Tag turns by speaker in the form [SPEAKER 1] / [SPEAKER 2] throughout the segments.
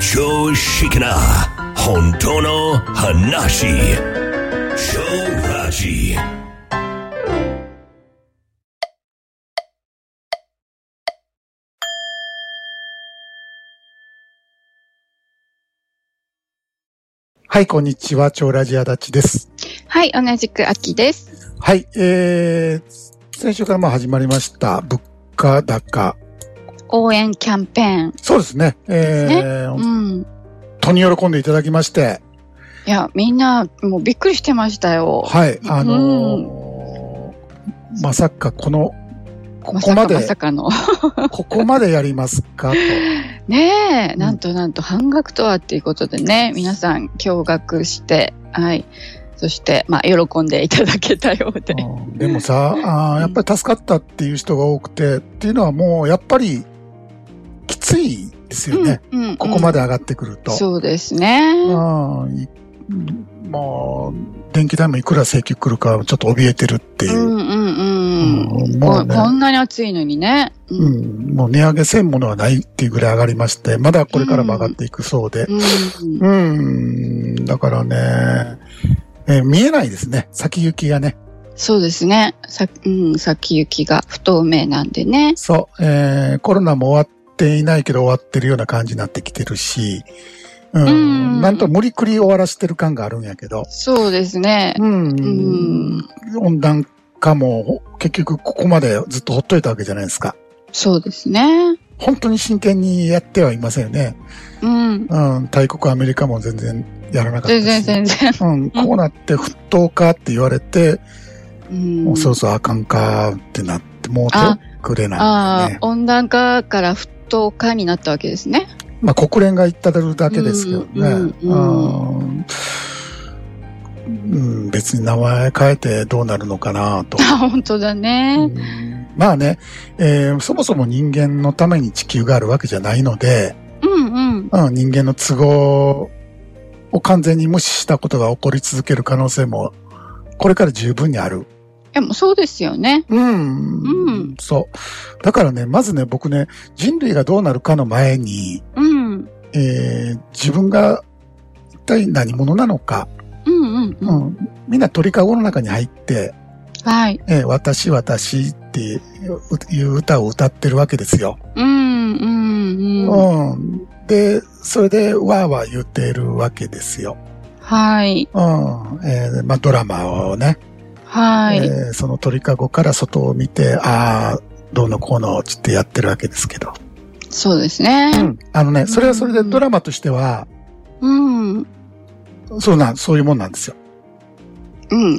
[SPEAKER 1] 常識な本当の話超ラジ
[SPEAKER 2] はい、こんにちは。超ラジアダチです。
[SPEAKER 3] はい、同じく秋です。
[SPEAKER 2] はい、えー、先週からまあ始まりました。物価高。
[SPEAKER 3] 応援キャンペーン。
[SPEAKER 2] そうですね。えー、
[SPEAKER 3] う
[SPEAKER 2] 本
[SPEAKER 3] ん。
[SPEAKER 2] 当に喜んでいただきまして。
[SPEAKER 3] いや、みんな、もうびっくりしてましたよ。
[SPEAKER 2] はい、あのーまさかこの、ここ
[SPEAKER 3] まさ
[SPEAKER 2] ま
[SPEAKER 3] か
[SPEAKER 2] で
[SPEAKER 3] ま、さかの。
[SPEAKER 2] ここまでやりますかと。
[SPEAKER 3] ねえ、
[SPEAKER 2] ん
[SPEAKER 3] なんとなんと半額とはっていうことでね、皆さん驚愕して、はい。そして、まあ、喜んでいただけたようで。
[SPEAKER 2] うんでもさ、あーやっぱり助かったっていう人が多くて、っていうのはもうやっぱりきついですよね。
[SPEAKER 3] うん、うん
[SPEAKER 2] ここま
[SPEAKER 3] で
[SPEAKER 2] で上がってくると。
[SPEAKER 3] そうですね。
[SPEAKER 2] うんいまあ、電気代もいくら請求来るかちょっと怯えてるって
[SPEAKER 3] う
[SPEAKER 2] い
[SPEAKER 3] ん
[SPEAKER 2] う。
[SPEAKER 3] うんうん。
[SPEAKER 2] うんも
[SPEAKER 3] こ
[SPEAKER 2] うね
[SPEAKER 3] こんなに暑いのにね。う。
[SPEAKER 2] うんん、もう値上げせんものはないっていうぐらい上がりまして、まだこれからも上がっていくそうで。
[SPEAKER 3] うん
[SPEAKER 2] うん、だからね、え見えないですね。先行きがね。
[SPEAKER 3] そうですね。さ、うん、先行きが不透明なんでね。
[SPEAKER 2] そう、えーコロナも終わっていないけど終わってるような感じになってきてるし、うん、
[SPEAKER 3] うん
[SPEAKER 2] なんと無理くり終わらせてる感があるんやけど、
[SPEAKER 3] そうですね。
[SPEAKER 2] うん、
[SPEAKER 3] うん
[SPEAKER 2] 温暖化も結局ここまでずっとほっといたわけじゃないですか。
[SPEAKER 3] そうですね。
[SPEAKER 2] 本当に真剣にやってはいませんよね。
[SPEAKER 3] うん。
[SPEAKER 2] うん、大国アメリカも全然やらなかった
[SPEAKER 3] 全
[SPEAKER 2] し。
[SPEAKER 3] 然全然。
[SPEAKER 2] うん、こうなって沸騰化って言われて、
[SPEAKER 3] うん
[SPEAKER 2] もうそろそろあかんかってなって、もう手
[SPEAKER 3] あ
[SPEAKER 2] くれない
[SPEAKER 3] あ
[SPEAKER 2] んだよ
[SPEAKER 3] あ
[SPEAKER 2] ね、。
[SPEAKER 3] 温暖化から沸騰化になったわけですね。
[SPEAKER 2] まあ、国連が言ったるだけですけどね。
[SPEAKER 3] う
[SPEAKER 2] うんうん別に名前変えてどうなるのかなと。
[SPEAKER 3] あ、本当だ
[SPEAKER 2] う
[SPEAKER 3] ね。
[SPEAKER 2] んまあね、えーそもそも人間のために地球があるわけじゃないので、
[SPEAKER 3] うんうん。
[SPEAKER 2] うん、人間の都合を完全に無視したことが起こり続ける可能性も、これから十分にある。
[SPEAKER 3] でもうそうですよね。
[SPEAKER 2] うん。
[SPEAKER 3] うん
[SPEAKER 2] そう。だからね、まずね、僕ね、人類がどうなるかの前に、
[SPEAKER 3] うん。
[SPEAKER 2] えー自分が一体何者なのか、
[SPEAKER 3] うんうん
[SPEAKER 2] う
[SPEAKER 3] うん。
[SPEAKER 2] ん、みんな鳥かごの中に入って、
[SPEAKER 3] はい。
[SPEAKER 2] えー私、私っていう歌を歌ってるわけですよ。
[SPEAKER 3] うんうんうん。
[SPEAKER 2] うん、で、それでわーわー言ってるわけですよ。
[SPEAKER 3] はい。
[SPEAKER 2] うんえーまあ、ドラマをね、
[SPEAKER 3] はい。
[SPEAKER 2] えーその鳥かごから外を見て、ああ、どうのこうのつってやってるわけですけど。
[SPEAKER 3] そうですね。
[SPEAKER 2] あのね、それはそれでドラマとしては、
[SPEAKER 3] うん。うん。
[SPEAKER 2] そうなん、そういうもんなんですよ。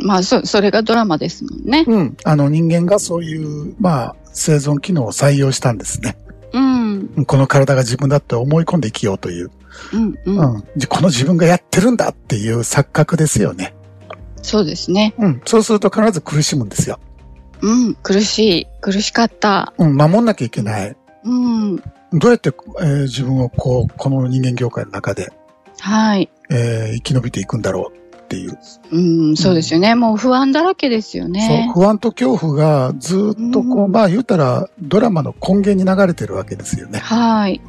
[SPEAKER 3] まあ、そ、それがドラマですもんね。
[SPEAKER 2] うん。あの人間がそういう、まあ、生存機能を採用したんですね。
[SPEAKER 3] うん。
[SPEAKER 2] うんこの体が自分だって思い込んで生きようという。
[SPEAKER 3] うん
[SPEAKER 2] う
[SPEAKER 3] うん。
[SPEAKER 2] ん。じこの自分がやってるんだっていう錯覚ですよね。
[SPEAKER 3] そうですね。
[SPEAKER 2] うん。そうすると必ず苦しむんですよ。
[SPEAKER 3] うん。苦しい。苦しかった。
[SPEAKER 2] うん。守んなきゃいけない。
[SPEAKER 3] うん。
[SPEAKER 2] どうやって、えー自分をこう、この人間業界の中で、
[SPEAKER 3] はい。
[SPEAKER 2] えー生き延びていくんだろうっていう。
[SPEAKER 3] うん、そうですよね。もう不安だらけですよね。
[SPEAKER 2] そう。不安と恐怖がずっとこう、
[SPEAKER 3] うん
[SPEAKER 2] まあ言うたらドラマの根源に流れてるわけですよね。
[SPEAKER 3] はい。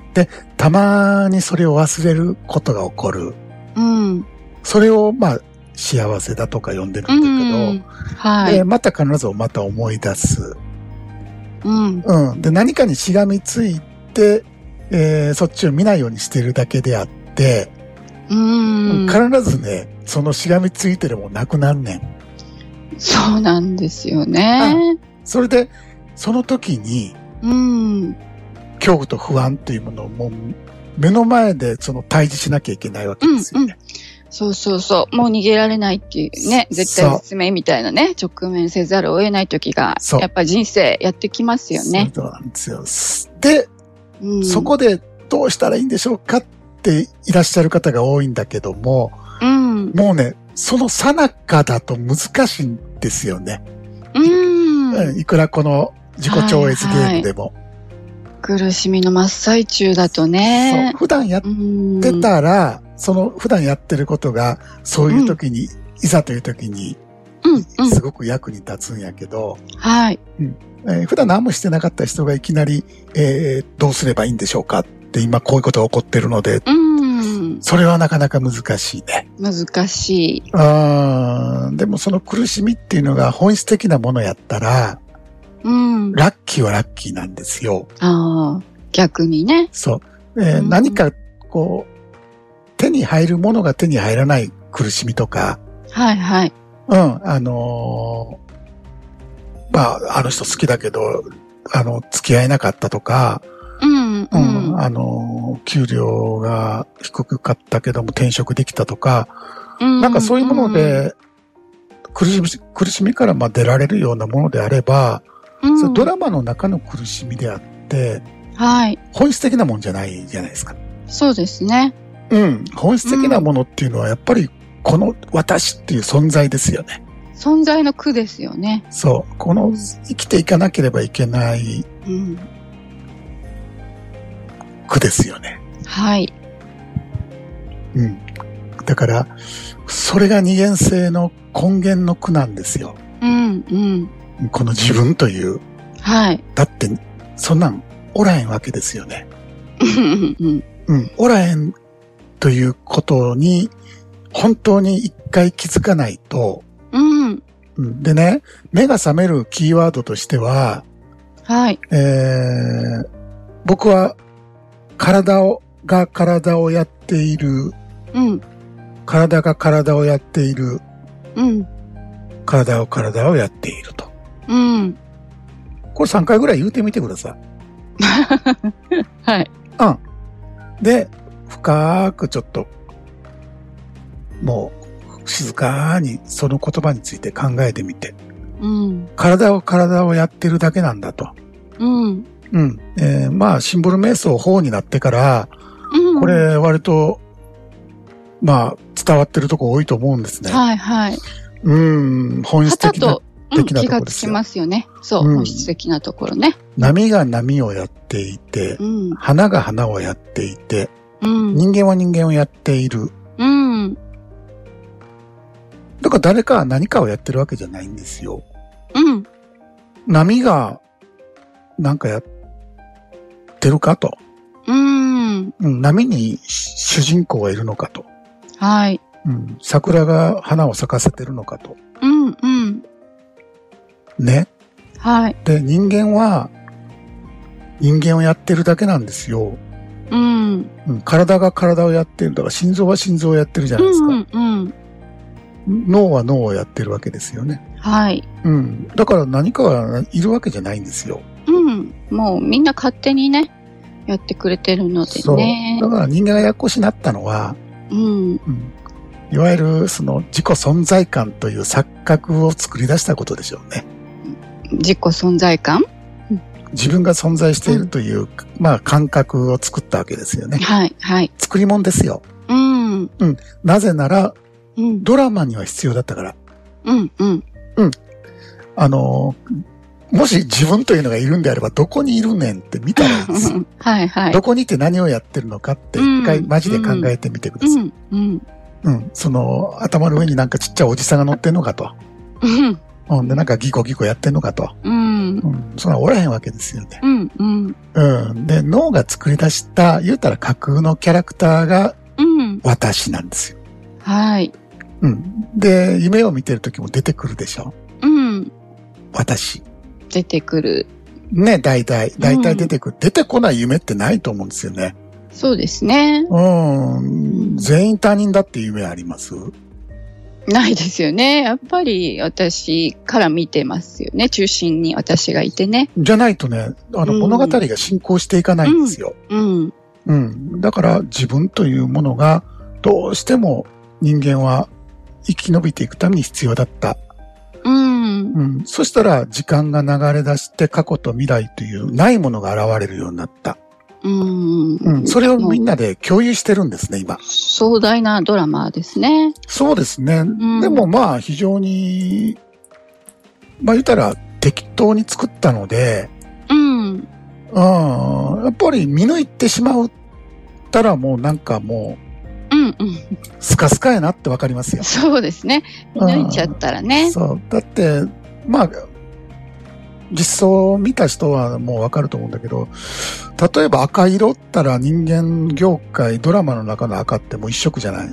[SPEAKER 2] たまにそれを忘れることが起こる。
[SPEAKER 3] うん。
[SPEAKER 2] それを、まあ、幸せだとか呼んでる
[SPEAKER 3] うん
[SPEAKER 2] だけど、
[SPEAKER 3] ん。は
[SPEAKER 2] で
[SPEAKER 3] い。
[SPEAKER 2] また必ずまた思い出す。
[SPEAKER 3] うん。
[SPEAKER 2] うん。で、何かにしがみついて、えーそっちを見ないようにしてるだけであって、
[SPEAKER 3] うん。
[SPEAKER 2] 必ずね、そのしがみついてるもんなくなんねん。
[SPEAKER 3] そうなんですよね。
[SPEAKER 2] それで、その時に、
[SPEAKER 3] うん。
[SPEAKER 2] 恐怖と不安というものをもう、目の前でその対峙しなきゃいけないわけですよね。
[SPEAKER 3] そうそうそう。もう逃げられないっていうね。
[SPEAKER 2] そう
[SPEAKER 3] 絶対説明みたいなね。直面せざるを得ない時が
[SPEAKER 2] そう、
[SPEAKER 3] やっぱ人生やってきますよね。
[SPEAKER 2] そうなんですよ。で、
[SPEAKER 3] うん
[SPEAKER 2] そ、こでどうしたらいいんでしょうかっていらっしゃる方が多いんだけども、
[SPEAKER 3] うん。
[SPEAKER 2] もうね、その最中だと難しいんですよね。
[SPEAKER 3] う
[SPEAKER 2] うん
[SPEAKER 3] ん。
[SPEAKER 2] いくらこの自己超越ゲームでも。
[SPEAKER 3] 苦しみの真っ最中だとね
[SPEAKER 2] そう。普段やっ
[SPEAKER 3] うん。
[SPEAKER 2] てたら、その普段やってることが、そういう時に、いざという時に、
[SPEAKER 3] うん。うん。
[SPEAKER 2] すごく役に立つんやけど、
[SPEAKER 3] はい。
[SPEAKER 2] えー普段何もしてなかった人がいきなり、えーどうすればいいんでしょうかって今こういうことが起こってるので、
[SPEAKER 3] うん。うん。
[SPEAKER 2] それはなかなか難しいね。
[SPEAKER 3] 難しい。
[SPEAKER 2] あーでもその苦しみっていうのが本質的なものやったら、
[SPEAKER 3] うん。
[SPEAKER 2] ラッキーはラッキーなんですよ。
[SPEAKER 3] ああ、逆にね。
[SPEAKER 2] そう。えー
[SPEAKER 3] うん
[SPEAKER 2] 何か、こう、手に入るものが手に入らない苦しみとか、
[SPEAKER 3] はいはい。
[SPEAKER 2] うん、あのーまあ、あの人好きだけど、あの、付き合えなかったとか、
[SPEAKER 3] うん、
[SPEAKER 2] う、
[SPEAKER 3] うんん。
[SPEAKER 2] あのー給料が低かったけども転職できたとか、なんかそういうもので、苦しみ、苦しみからまあ出られるようなものであれば、
[SPEAKER 3] うん、うん
[SPEAKER 2] それドラマの中の苦しみであって、
[SPEAKER 3] はい。
[SPEAKER 2] 本質的なもんじゃないじゃないですか。
[SPEAKER 3] そうですね。
[SPEAKER 2] うん。本質的なものっていうのはやっぱりこの私っていう存在ですよね。
[SPEAKER 3] 存在の苦ですよね。
[SPEAKER 2] そう。この生きていかなければいけない
[SPEAKER 3] うん。
[SPEAKER 2] 苦ですよね。
[SPEAKER 3] はい。
[SPEAKER 2] うん。だから、それが二元性の根源の苦なんですよ。
[SPEAKER 3] うん、うん。
[SPEAKER 2] この自分という。
[SPEAKER 3] はい。
[SPEAKER 2] だって、そんなんおらへんわけですよね。
[SPEAKER 3] うんうん
[SPEAKER 2] うん。おらへんということに、本当に一回気づかないと、
[SPEAKER 3] うん。うん。
[SPEAKER 2] うんでね、目が覚めるキーワードとしては、
[SPEAKER 3] はい。
[SPEAKER 2] えー僕は体を、が体をやっている、
[SPEAKER 3] うん、
[SPEAKER 2] 体が体をやっている、
[SPEAKER 3] うん、
[SPEAKER 2] 体を体をやっていると。
[SPEAKER 3] うん。
[SPEAKER 2] これ3回ぐらい言うてみてくださ
[SPEAKER 3] はい。
[SPEAKER 2] い。で、深くちょっと、もう、静かにその言葉について考えてみて、
[SPEAKER 3] うん、
[SPEAKER 2] 体を体をやってるだけなんだと。
[SPEAKER 3] うん。
[SPEAKER 2] うん。えーまあ、シンボル瞑想法になってから、
[SPEAKER 3] うん。
[SPEAKER 2] こ。れ割と、まあ、伝わってるとこ多いと思うんですね。
[SPEAKER 3] はい、はい。
[SPEAKER 2] うん、本質
[SPEAKER 3] 旗
[SPEAKER 2] 的な
[SPEAKER 3] と、うん、
[SPEAKER 2] 的なと
[SPEAKER 3] 気
[SPEAKER 2] こ
[SPEAKER 3] が
[SPEAKER 2] で
[SPEAKER 3] つ
[SPEAKER 2] す
[SPEAKER 3] き
[SPEAKER 2] よ
[SPEAKER 3] ますよね。そう、
[SPEAKER 2] うん
[SPEAKER 3] 本質的なところね。
[SPEAKER 2] 波が波をやっていて、
[SPEAKER 3] うん、
[SPEAKER 2] 花が花をやっていて、
[SPEAKER 3] うん、
[SPEAKER 2] 人間は人間をやっている。
[SPEAKER 3] うん、
[SPEAKER 2] だから誰かは何かをやってるわけじゃないんですよ。
[SPEAKER 3] うん。
[SPEAKER 2] 波がなんかやってるかと。
[SPEAKER 3] うん。
[SPEAKER 2] うん、波に主人公はいるのかと。
[SPEAKER 3] はい。
[SPEAKER 2] うん、桜が花を咲かせてるのかと。
[SPEAKER 3] うんうん。
[SPEAKER 2] ね。
[SPEAKER 3] はい。
[SPEAKER 2] で、人間は人間をやってるだけなんですよ。
[SPEAKER 3] うん。
[SPEAKER 2] うん、体が体をやってる。だから心臓は心臓をやってるじゃ
[SPEAKER 3] う
[SPEAKER 2] ないですか。
[SPEAKER 3] んうん。
[SPEAKER 2] 脳は脳をやってるわけですよね。
[SPEAKER 3] はい。
[SPEAKER 2] うん。だから何かはいるわけじゃないんですよ。
[SPEAKER 3] うん。もうみんな勝手にね、やってくれてるので
[SPEAKER 2] そう。
[SPEAKER 3] ね
[SPEAKER 2] だ。から人間がやっこしになったのは、
[SPEAKER 3] うん。
[SPEAKER 2] うん、いわゆるその自己存在感という錯覚を作り出したことでしょうね。
[SPEAKER 3] 自己存在感
[SPEAKER 2] 自分が存在しているという、まあ感覚を作ったわけですよね。
[SPEAKER 3] はい。はい。
[SPEAKER 2] 作り物ですよ。
[SPEAKER 3] うん。うん。
[SPEAKER 2] なぜなら、
[SPEAKER 3] うん。
[SPEAKER 2] ドラマには必要だったから。
[SPEAKER 3] うん。
[SPEAKER 2] あのーもし自分というのがいるんであれば、どこにいるねんって見たらいいんですよ。
[SPEAKER 3] はい。はい
[SPEAKER 2] ど。こにいて何をやってるのかって、
[SPEAKER 3] うん
[SPEAKER 2] 一回マジで考えてみてくだ
[SPEAKER 3] う
[SPEAKER 2] さい。
[SPEAKER 3] ん。うん。
[SPEAKER 2] うん、その、頭の上になんかちっちゃいおじさんが乗ってんのかと。
[SPEAKER 3] うん。
[SPEAKER 2] うん。で、なんかギコギコやってんのかと。
[SPEAKER 3] うん。
[SPEAKER 2] うん。そんなおらへんわけですよね。
[SPEAKER 3] うん。うん。
[SPEAKER 2] うん。で、脳が作り出した、言うたら架空のキャラクターが
[SPEAKER 3] うん。
[SPEAKER 2] 私なんですよ。
[SPEAKER 3] はい。
[SPEAKER 2] うん。で、夢を見てる時も出てくるでしょ。
[SPEAKER 3] うん。
[SPEAKER 2] 私。
[SPEAKER 3] 出てくる。
[SPEAKER 2] ね、大体。大体出てくる。出てこない夢ってないと思うんですよね。
[SPEAKER 3] そうですね。
[SPEAKER 2] うん。全員他人だっていう夢あります
[SPEAKER 3] ないですよね。やっぱり私から見てますよね。中心に私がいてね。
[SPEAKER 2] じゃないとね、あの、
[SPEAKER 3] うん
[SPEAKER 2] 物語が進行していかないんですよ。
[SPEAKER 3] うん。
[SPEAKER 2] うん。だから自分というものがどうしても人間は生き延びていくために必要だった。
[SPEAKER 3] うん。
[SPEAKER 2] うん。そしたら時間が流れ出して過去と未来というないものが現れるようになった。
[SPEAKER 3] うん
[SPEAKER 2] うん。それをみんなで共有してるんですね、今。
[SPEAKER 3] 壮大なドラマですね。
[SPEAKER 2] そうですね。
[SPEAKER 3] ん
[SPEAKER 2] でもまあ非常に、まあ言ったら適当に作ったので、
[SPEAKER 3] うん。
[SPEAKER 2] うん。やっぱり見抜いてしまったらもうなんかも
[SPEAKER 3] うんうん。
[SPEAKER 2] うスカスカやなってわかりますよ。
[SPEAKER 3] そうですね。見抜いちゃったらね。
[SPEAKER 2] そう。だって、まあ、実装を見た人はもうわかると思うんだけど、例えば赤色ったら人間業界、ドラマの中の赤ってもう一色じゃない。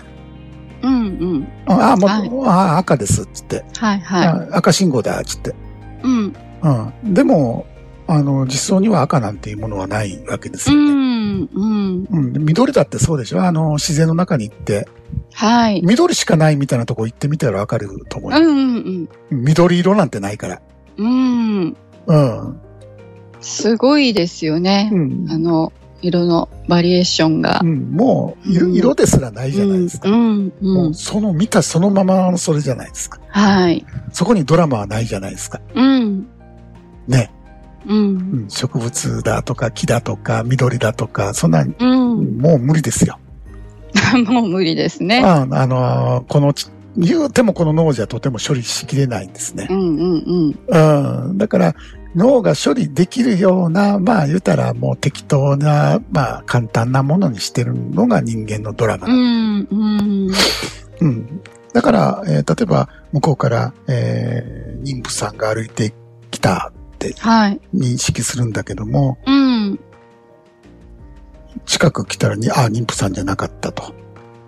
[SPEAKER 3] うんうん。
[SPEAKER 2] ああ、もう、
[SPEAKER 3] はい
[SPEAKER 2] あ赤です、つって。
[SPEAKER 3] はいはい。
[SPEAKER 2] あ赤信号だ、つって。
[SPEAKER 3] うん。
[SPEAKER 2] うん。でも、あの、実装には赤なんていうものはないわけです
[SPEAKER 3] う
[SPEAKER 2] よね。
[SPEAKER 3] ん。うん。
[SPEAKER 2] うん、で緑だってそうでしょあの、自然の中に行って、
[SPEAKER 3] はい。
[SPEAKER 2] 緑しかないみたいなとこ行ってみたらわかると思う
[SPEAKER 3] う
[SPEAKER 2] よ、
[SPEAKER 3] んうん
[SPEAKER 2] 緑色なんてないから。
[SPEAKER 3] うん。うん。
[SPEAKER 2] うん。
[SPEAKER 3] すごいですよね
[SPEAKER 2] う。ん。
[SPEAKER 3] あの、色のバリエーションが
[SPEAKER 2] う。ん、もう、
[SPEAKER 3] うん
[SPEAKER 2] 色色ですらないじゃないですか。
[SPEAKER 3] うんうん
[SPEAKER 2] も
[SPEAKER 3] うん
[SPEAKER 2] う。その見たそのままのそれじゃないですか。
[SPEAKER 3] はい。
[SPEAKER 2] そこにドラマはないじゃないですか。
[SPEAKER 3] うん。
[SPEAKER 2] ね。
[SPEAKER 3] う。
[SPEAKER 2] うんん、植物だとか木だとか緑だとか、そんなん、
[SPEAKER 3] うん。
[SPEAKER 2] もう無理ですよ。
[SPEAKER 3] もう無理ですね。
[SPEAKER 2] ああのーこのち、言うてもこの脳じゃとても処理しきれないんですね
[SPEAKER 3] う。んうんうん。
[SPEAKER 2] うん。だから、脳が処理できるような、まあ言うたらもう適当な、まあ簡単なものにしてるのが人間のドラマ
[SPEAKER 3] うんうん。
[SPEAKER 2] うん。だから、えー例えば、向こうから、えー、妊婦さんが歩いてきた、
[SPEAKER 3] はい。
[SPEAKER 2] 認識するんだけども、
[SPEAKER 3] うん。
[SPEAKER 2] 近く来たらに、あ、妊婦さんじゃなかったと。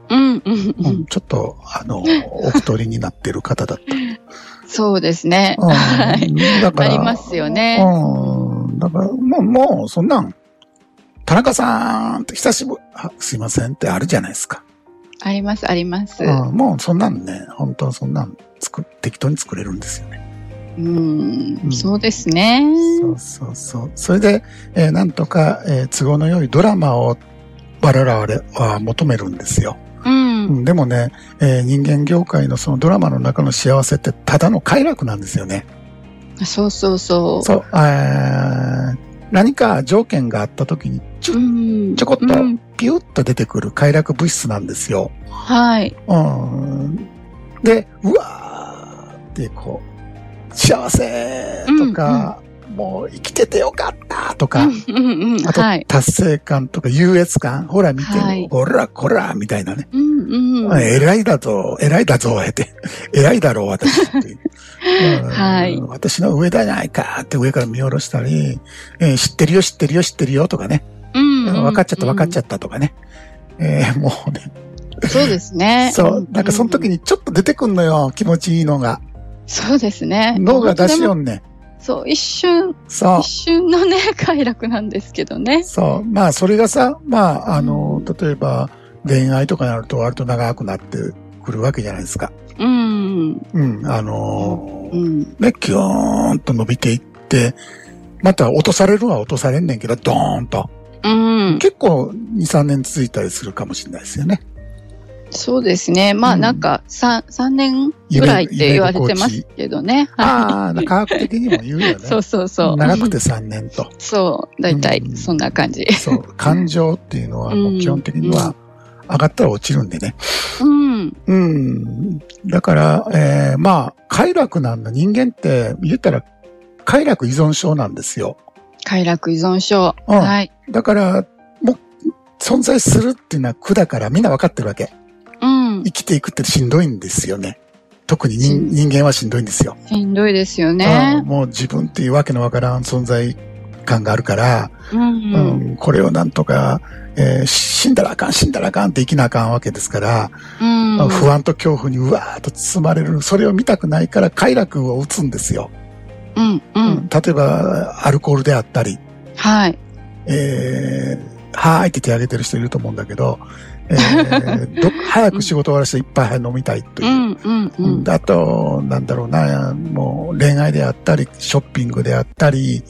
[SPEAKER 3] うんうんう
[SPEAKER 2] うんん、。ちょっと、あ の、お太りになってる方だった。
[SPEAKER 3] そうですね。
[SPEAKER 2] うん
[SPEAKER 3] はい。
[SPEAKER 2] だ
[SPEAKER 3] ありますよね
[SPEAKER 2] うん。だから、もう、もう、そんなん、田中さんって久しぶり、あすいませんってあるじゃないですか。
[SPEAKER 3] あります、あります。
[SPEAKER 2] うん、もうそんなんね、本当はそんなん、作っ、適当に作れるんですよね。
[SPEAKER 3] う、
[SPEAKER 2] うんん
[SPEAKER 3] そうですね。
[SPEAKER 2] そうそうそう。それで、えーなんとか、えー都合の良いドラマを我々は求めるんですよ。
[SPEAKER 3] うん。
[SPEAKER 2] うんでもね、えー人間業界のそのドラマの中の幸せってただの快楽なんですよね。
[SPEAKER 3] そうそうそう。
[SPEAKER 2] そう、えー何か条件があった時にちょ
[SPEAKER 3] うん。
[SPEAKER 2] ちょこっと
[SPEAKER 3] うん
[SPEAKER 2] ピュッと出てくる快楽物質なんですよ。
[SPEAKER 3] はい。
[SPEAKER 2] うん。で、うわーってこう、幸せとか、もう生きててよかったとか、
[SPEAKER 3] うんうんうん。
[SPEAKER 2] あと
[SPEAKER 3] はい。、
[SPEAKER 2] 達成感とか優越感。ほら見て
[SPEAKER 3] はい、
[SPEAKER 2] ほら、こら、みたいなね。
[SPEAKER 3] うんうん。
[SPEAKER 2] 偉いだぞ、偉いだぞ、って。 偉いだろう、私っていう。うん
[SPEAKER 3] はい
[SPEAKER 2] 私の上だじゃないかって上から見下ろしたり、えー知ってるよ、知ってるよ、知ってるよとかね。
[SPEAKER 3] うんうん。
[SPEAKER 2] 分かっちゃった、分かっちゃ
[SPEAKER 3] ゃっ
[SPEAKER 2] ったとかね。えーもうね、
[SPEAKER 3] た。そうですね。
[SPEAKER 2] そう、なんかその時
[SPEAKER 3] に。
[SPEAKER 2] にちょっと出てくんのよ、気持ちいいのが。
[SPEAKER 3] そうですね。
[SPEAKER 2] 脳が出しよ
[SPEAKER 3] 本
[SPEAKER 2] んね。
[SPEAKER 3] 当でもそう、一瞬、
[SPEAKER 2] そう
[SPEAKER 3] 一。瞬のね、 快楽なんですけどね。
[SPEAKER 2] そう。まあ、それがさ、まあ、あの、例えば、恋愛とかになると割と長くなってくるわけじゃないですか。
[SPEAKER 3] うん。
[SPEAKER 2] うん、あの
[SPEAKER 3] う
[SPEAKER 2] ー
[SPEAKER 3] ん。
[SPEAKER 2] ね、キューンと伸びていって、また落とされるは落とされんねんけど、ドーンと。
[SPEAKER 3] うん。
[SPEAKER 2] 結構、2、3年続いたりするかもしれないですよね。
[SPEAKER 3] そうですね。まあ
[SPEAKER 2] うん
[SPEAKER 3] なんか、三三年ぐらいって言われてますけどね。
[SPEAKER 2] あ
[SPEAKER 3] は
[SPEAKER 2] あ、科学的にも言うよね。
[SPEAKER 3] い。 そうそうそう。
[SPEAKER 2] 長くて3年と。
[SPEAKER 3] そう、大体
[SPEAKER 2] うん
[SPEAKER 3] そんな感じ。
[SPEAKER 2] そう。感情っていうのは、もう基本的には、上がったら落ちるんでね。
[SPEAKER 3] うん。
[SPEAKER 2] うん。だから、えーまあ、快楽なんだ。人間って、言ったら、快楽依存症なんですよ。
[SPEAKER 3] 快楽依存症。
[SPEAKER 2] うん
[SPEAKER 3] はい。
[SPEAKER 2] だから、もう、存在するっていうのは苦だから、みんなわかってるわけ。
[SPEAKER 3] うん。
[SPEAKER 2] 生きていくってしんどいんですよね。特に人人間はしんどいんですよ、
[SPEAKER 3] しんどいですよ
[SPEAKER 2] う
[SPEAKER 3] ね
[SPEAKER 2] ん。もう自分っていうわけのわからん存在感があるから、
[SPEAKER 3] う。
[SPEAKER 2] うんんこれをなんとか、えー死んだらあかん、死んだらあかんって生きなあかんわけですから、
[SPEAKER 3] うん。
[SPEAKER 2] 不安と恐怖にうわーっと包まれる、それを見たくないから快楽を打つんですよ。
[SPEAKER 3] うん。うん。
[SPEAKER 2] 例えば、アルコールであったり、
[SPEAKER 3] はい。
[SPEAKER 2] えー、はーいって手挙げてる人いると思うんだけど、えーど早く仕事終わらせていっぱい飲みたいと
[SPEAKER 3] う
[SPEAKER 2] いう。
[SPEAKER 3] ん。うん。うん。
[SPEAKER 2] あと、なんだろうな、もう恋愛であったり、ショッピングであったり、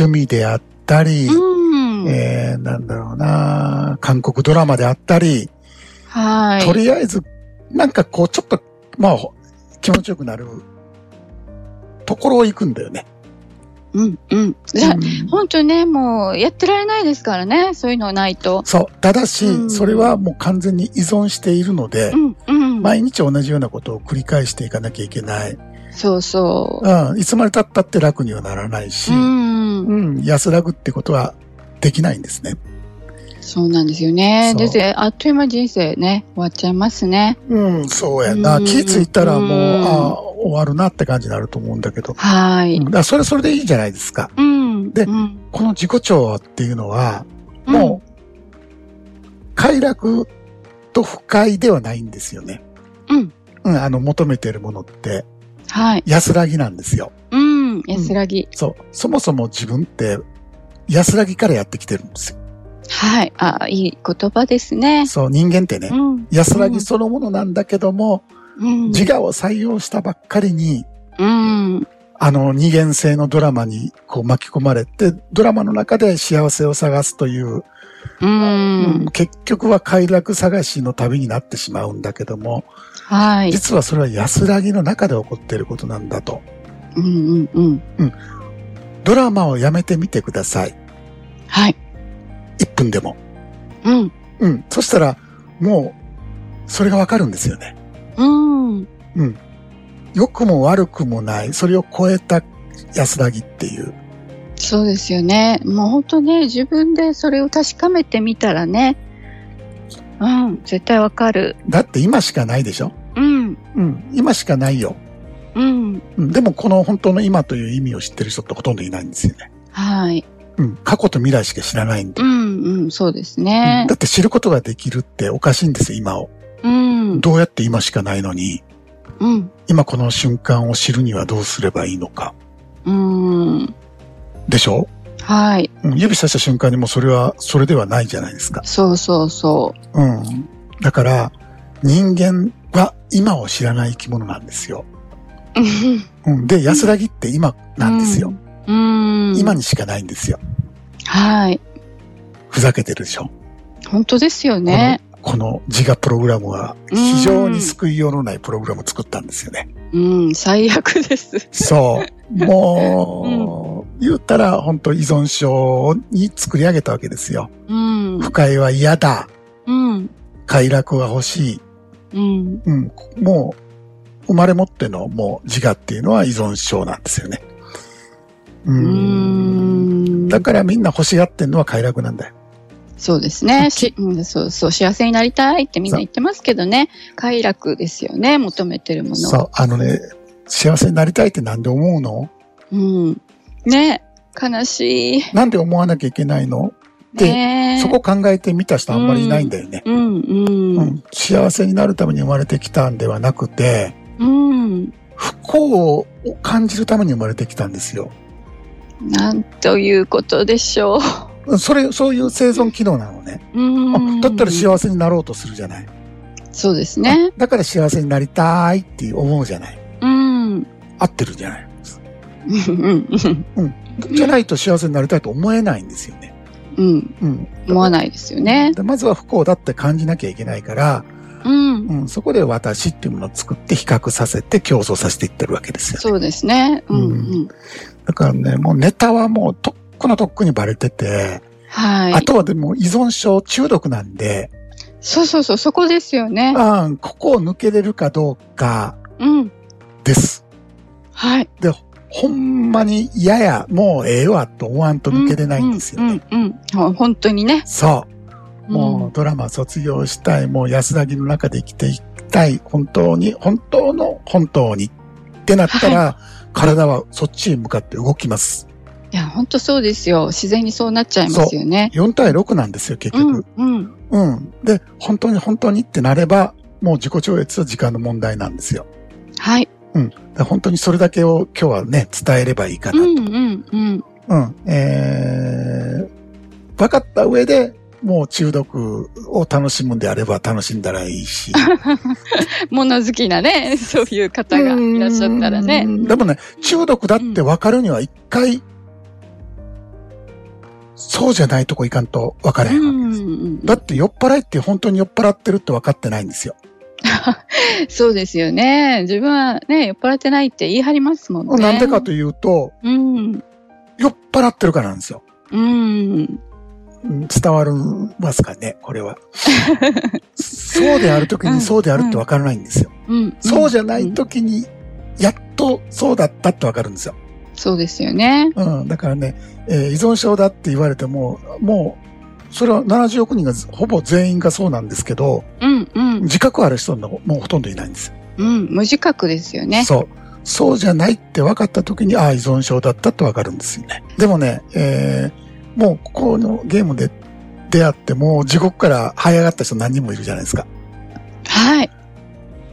[SPEAKER 2] 趣味であったり、
[SPEAKER 3] うん。
[SPEAKER 2] えー、なんだろうな、韓国ドラマであったり、
[SPEAKER 3] は
[SPEAKER 2] と
[SPEAKER 3] い。
[SPEAKER 2] りあえず、なんかこう、ちょっと、まあ、気持ちよくなるところを行くんだよね。
[SPEAKER 3] うん。うん。じゃあ
[SPEAKER 2] うん
[SPEAKER 3] 本当にね、もうやってられないですからね。そういうのないと。
[SPEAKER 2] そう。ただし、
[SPEAKER 3] うん
[SPEAKER 2] それはもう完全に依存しているので
[SPEAKER 3] う、ん。うん。
[SPEAKER 2] 毎日同じようなことを繰り返していかなきゃいけない。
[SPEAKER 3] そうそ
[SPEAKER 2] うん。いつまで経ったって楽にはならないし、
[SPEAKER 3] う。うん。
[SPEAKER 2] うん、安らぐってことはできないんですね。
[SPEAKER 3] そうなんですよね。
[SPEAKER 2] そう
[SPEAKER 3] ですねあっという間人生ね、終わっちゃいますね。
[SPEAKER 2] うん、そうやな。
[SPEAKER 3] うん
[SPEAKER 2] 気付いたらもう、
[SPEAKER 3] うん
[SPEAKER 2] ああ、終わるなって感じになると思うんだけど。
[SPEAKER 3] は
[SPEAKER 2] うん
[SPEAKER 3] い。
[SPEAKER 2] だからそれはそれでいいじゃないですか。
[SPEAKER 3] うん。
[SPEAKER 2] で
[SPEAKER 3] うん
[SPEAKER 2] この自己調っていうのは、もう、快楽と不快ではないんですよね。
[SPEAKER 3] うん。うん。
[SPEAKER 2] うん、あの、求めてるものって、
[SPEAKER 3] はい。
[SPEAKER 2] 安らぎなんですよ。
[SPEAKER 3] うん。安らぎ。
[SPEAKER 2] そう。そもそも自分って、安らぎからやってきてるんですよ。
[SPEAKER 3] はい。あ、いい言葉ですね。
[SPEAKER 2] そう、人間ってね
[SPEAKER 3] う、ん。
[SPEAKER 2] 安らぎそのものなんだけども、
[SPEAKER 3] うん。
[SPEAKER 2] 自我を採用したばっかりに、
[SPEAKER 3] うん。
[SPEAKER 2] あの、二元性のドラマにこう巻き込まれて、ドラマの中で幸せを探すという、
[SPEAKER 3] う
[SPEAKER 2] うん
[SPEAKER 3] ん。
[SPEAKER 2] 結局は快楽探しの旅になってしまうんだけども、
[SPEAKER 3] はい。
[SPEAKER 2] 実はそれは安らぎの中で起こっていることなんだと。
[SPEAKER 3] うんうんうん。
[SPEAKER 2] ドラマをやめてみてください。
[SPEAKER 3] はい。
[SPEAKER 2] 1分でも。
[SPEAKER 3] うん。
[SPEAKER 2] うん。そしたら、もう、それがわかるんですよね。
[SPEAKER 3] うん。
[SPEAKER 2] 良くも悪くもない、それを超えた安らぎっていう。
[SPEAKER 3] そうですよね。もう本当ね、自分でそれを確かめてみたらね。うん。絶対わかる。
[SPEAKER 2] だって今しかないでしょ
[SPEAKER 3] うん。
[SPEAKER 2] うん。今しかないよ。
[SPEAKER 3] うん。
[SPEAKER 2] うん。でもこの本当の今という意味を知ってる人ってほとんどいないんですよね。
[SPEAKER 3] はい。
[SPEAKER 2] うん。過去と未来しか知らないんで。
[SPEAKER 3] うんうん。そうです
[SPEAKER 2] う
[SPEAKER 3] ね
[SPEAKER 2] んだ。って知ることができるっておかしいんですよ、今を。
[SPEAKER 3] うん。
[SPEAKER 2] どうやって今しかないのに、
[SPEAKER 3] うん。
[SPEAKER 2] 今この瞬間を知るにはどうすればいいのか。
[SPEAKER 3] うん。
[SPEAKER 2] でしょ
[SPEAKER 3] はい。
[SPEAKER 2] うん指さした瞬間にもうそれは、それではないじゃないですか。
[SPEAKER 3] そうそうそ
[SPEAKER 2] うん。だから、人間は今を知らない生き物なんですよ。
[SPEAKER 3] う。うん
[SPEAKER 2] うん。で、安らぎって今なんですよ。。
[SPEAKER 3] うん。
[SPEAKER 2] 今にしかないんですよ。
[SPEAKER 3] はい。
[SPEAKER 2] ふざけてるでしょ。
[SPEAKER 3] 本当ですよね。
[SPEAKER 2] この自我プログラムは非常に救いようのないプログラムを作ったんですよね。
[SPEAKER 3] うん。最悪です。
[SPEAKER 2] そう。 もう、言ったら本当依存症に作り上げたわけですよ。
[SPEAKER 3] うん。
[SPEAKER 2] 不快は嫌だ。
[SPEAKER 3] うん。
[SPEAKER 2] 快楽は欲しい。
[SPEAKER 3] うん。
[SPEAKER 2] うん。もう、生まれ持ってのもう自我っていうのは依存症なんですよね。う。
[SPEAKER 3] うんん。
[SPEAKER 2] だからみんな欲しがってんのは快楽なんだよ。
[SPEAKER 3] そうですね。し、うん、そうそう、幸せになりたいってみんな言ってますけどね。快楽ですよね、求めてるもの。
[SPEAKER 2] そう。あのね、幸せになりたいってなんで思うの
[SPEAKER 3] うん。ね、悲しい。
[SPEAKER 2] なんで思わなきゃいけないので
[SPEAKER 3] ね
[SPEAKER 2] そこ考えてみた人あんまりいないんだよね。
[SPEAKER 3] うん、
[SPEAKER 2] う
[SPEAKER 3] うん、
[SPEAKER 2] ん。幸せになるために生まれてきたんではなくて、
[SPEAKER 3] うん。
[SPEAKER 2] 不幸を感じるために生まれてきたんですよ。
[SPEAKER 3] なんということでしょう。
[SPEAKER 2] それ、そういう生存機能なのね。あ
[SPEAKER 3] うん。
[SPEAKER 2] だったら幸せになろうとするじゃない。
[SPEAKER 3] そうですね。
[SPEAKER 2] だから幸せになりたいって思うじゃない。
[SPEAKER 3] うん。うん、
[SPEAKER 2] 合ってるじゃない。
[SPEAKER 3] うん、
[SPEAKER 2] じゃないと幸せになりたいと思えないんですよね。
[SPEAKER 3] うん。
[SPEAKER 2] うん。
[SPEAKER 3] 思わないですよね。
[SPEAKER 2] でまずは不幸だって感じなきゃいけないから、
[SPEAKER 3] うん。
[SPEAKER 2] うん、そこで私っていうものを作って比較させて競争させていってるわけですよ。
[SPEAKER 3] そうですね。うん、
[SPEAKER 2] う
[SPEAKER 3] うんん。
[SPEAKER 2] だからね、もうネタはもうとっくのとっくにバレてて、
[SPEAKER 3] は
[SPEAKER 2] あ
[SPEAKER 3] い。
[SPEAKER 2] とはでも依存症中毒なんで、
[SPEAKER 3] そうそうそう、そこですよね。
[SPEAKER 2] あーここを抜けれるかどうか
[SPEAKER 3] うん。
[SPEAKER 2] です。
[SPEAKER 3] はい。
[SPEAKER 2] ほんまに嫌や、もうええわと思わんと抜けれないんですよね。
[SPEAKER 3] うん、うん、うんほ本当にね。
[SPEAKER 2] そう。もうドラマ卒業したい、もう安らぎの中で生きていきたい、本当に、本当の本当にってなったら、体はそっちへ向かって動きます。
[SPEAKER 3] いや、本当そうですよ。自然にそうなっちゃいますよね。
[SPEAKER 2] 4対6なんですよ、結
[SPEAKER 3] うん
[SPEAKER 2] 局。、
[SPEAKER 3] うん。
[SPEAKER 2] うん、で、本当に本当にってなれば、もう自己超越は時間の問題なんですよ。
[SPEAKER 3] はい。
[SPEAKER 2] だから本当にそれだけを今日はね、伝えればいいか
[SPEAKER 3] う
[SPEAKER 2] な。
[SPEAKER 3] ん、うん、うん。
[SPEAKER 2] うん。えー、分かった上で、もう中毒を楽しむんであれば楽しんだらいい し。
[SPEAKER 3] 物好きなね、 そういう方がいらっしゃったらね
[SPEAKER 2] う。んでもね、中毒だって分かるには一回、そうじゃないとこ行かんと分か
[SPEAKER 3] う
[SPEAKER 2] れへんわけで
[SPEAKER 3] ん、う
[SPEAKER 2] す。
[SPEAKER 3] ん。
[SPEAKER 2] だって酔っ払いって本当に酔っ払ってるって分かってないんですよ。
[SPEAKER 3] そうですよね。自分はね、酔っ払ってないって言い張りますもんね。
[SPEAKER 2] なんでかというと、
[SPEAKER 3] うん、
[SPEAKER 2] 酔っ払ってるからなんですよ。
[SPEAKER 3] うん。
[SPEAKER 2] うん伝わりますかね、これ は。そうであるときにそうであるって分からないんですよ。
[SPEAKER 3] うん。
[SPEAKER 2] そうじゃない時に、やっとそうだったってわかるんですよ。
[SPEAKER 3] うん。そうですよね。
[SPEAKER 2] うん。だからね、えー依存症だって言われても、もう、それは70億人がほぼ全員がそうなんですけど、
[SPEAKER 3] うんうん。
[SPEAKER 2] 自覚ある人のもうほとんどいないんです。
[SPEAKER 3] うん。無自覚ですよね。
[SPEAKER 2] そう。そうじゃないって分かった時に、ああ、依存症だったって分かるんですよね。でもね、えー、もうこのゲームで出会っても、地獄から這い上がった人何人もいるじゃないですか。
[SPEAKER 3] はい。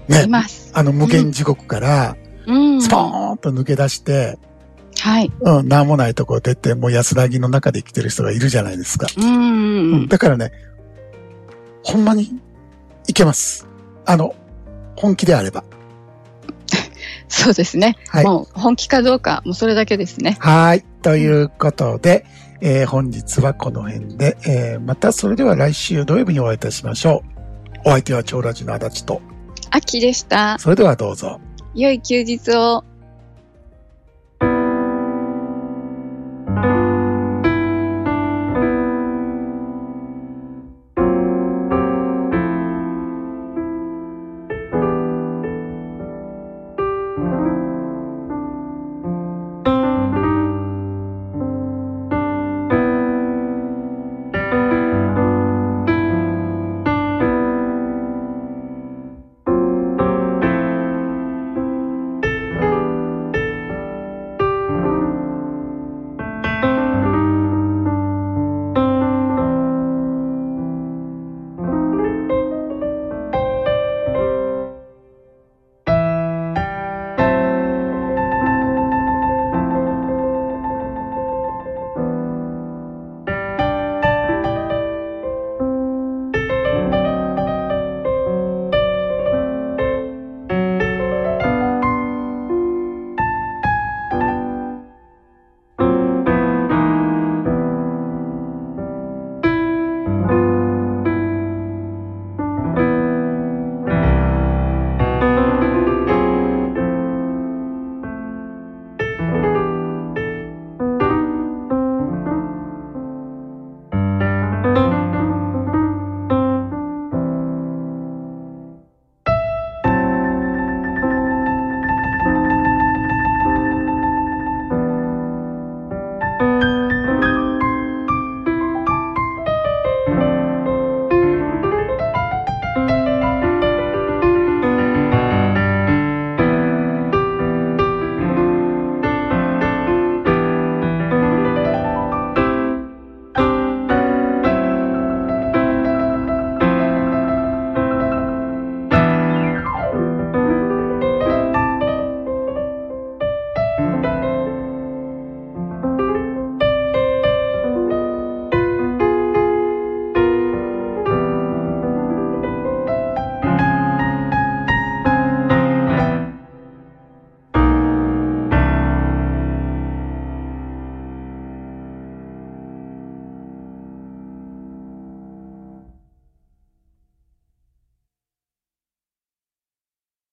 [SPEAKER 2] ね
[SPEAKER 3] い。ます。
[SPEAKER 2] あの無限地獄から、
[SPEAKER 3] うん。
[SPEAKER 2] スポーンと抜け出して、
[SPEAKER 3] はい。
[SPEAKER 2] うん、なんもないとこ出て、もう安らぎの中で生きてる人がいるじゃないですか。
[SPEAKER 3] うんうんうん。
[SPEAKER 2] だからね、ほんまに、いけます。あの、本気であれば。
[SPEAKER 3] そうですね。
[SPEAKER 2] はい。
[SPEAKER 3] もう本気かどうか、もうそれだけですね。
[SPEAKER 2] はい。ということで、えー本日はこの辺で、えーまたそれでは来週土曜日にお会いいたしましょう。お相手は長ラジの足立と、
[SPEAKER 3] 秋でした。
[SPEAKER 2] それではどうぞ。
[SPEAKER 3] 良い休日を。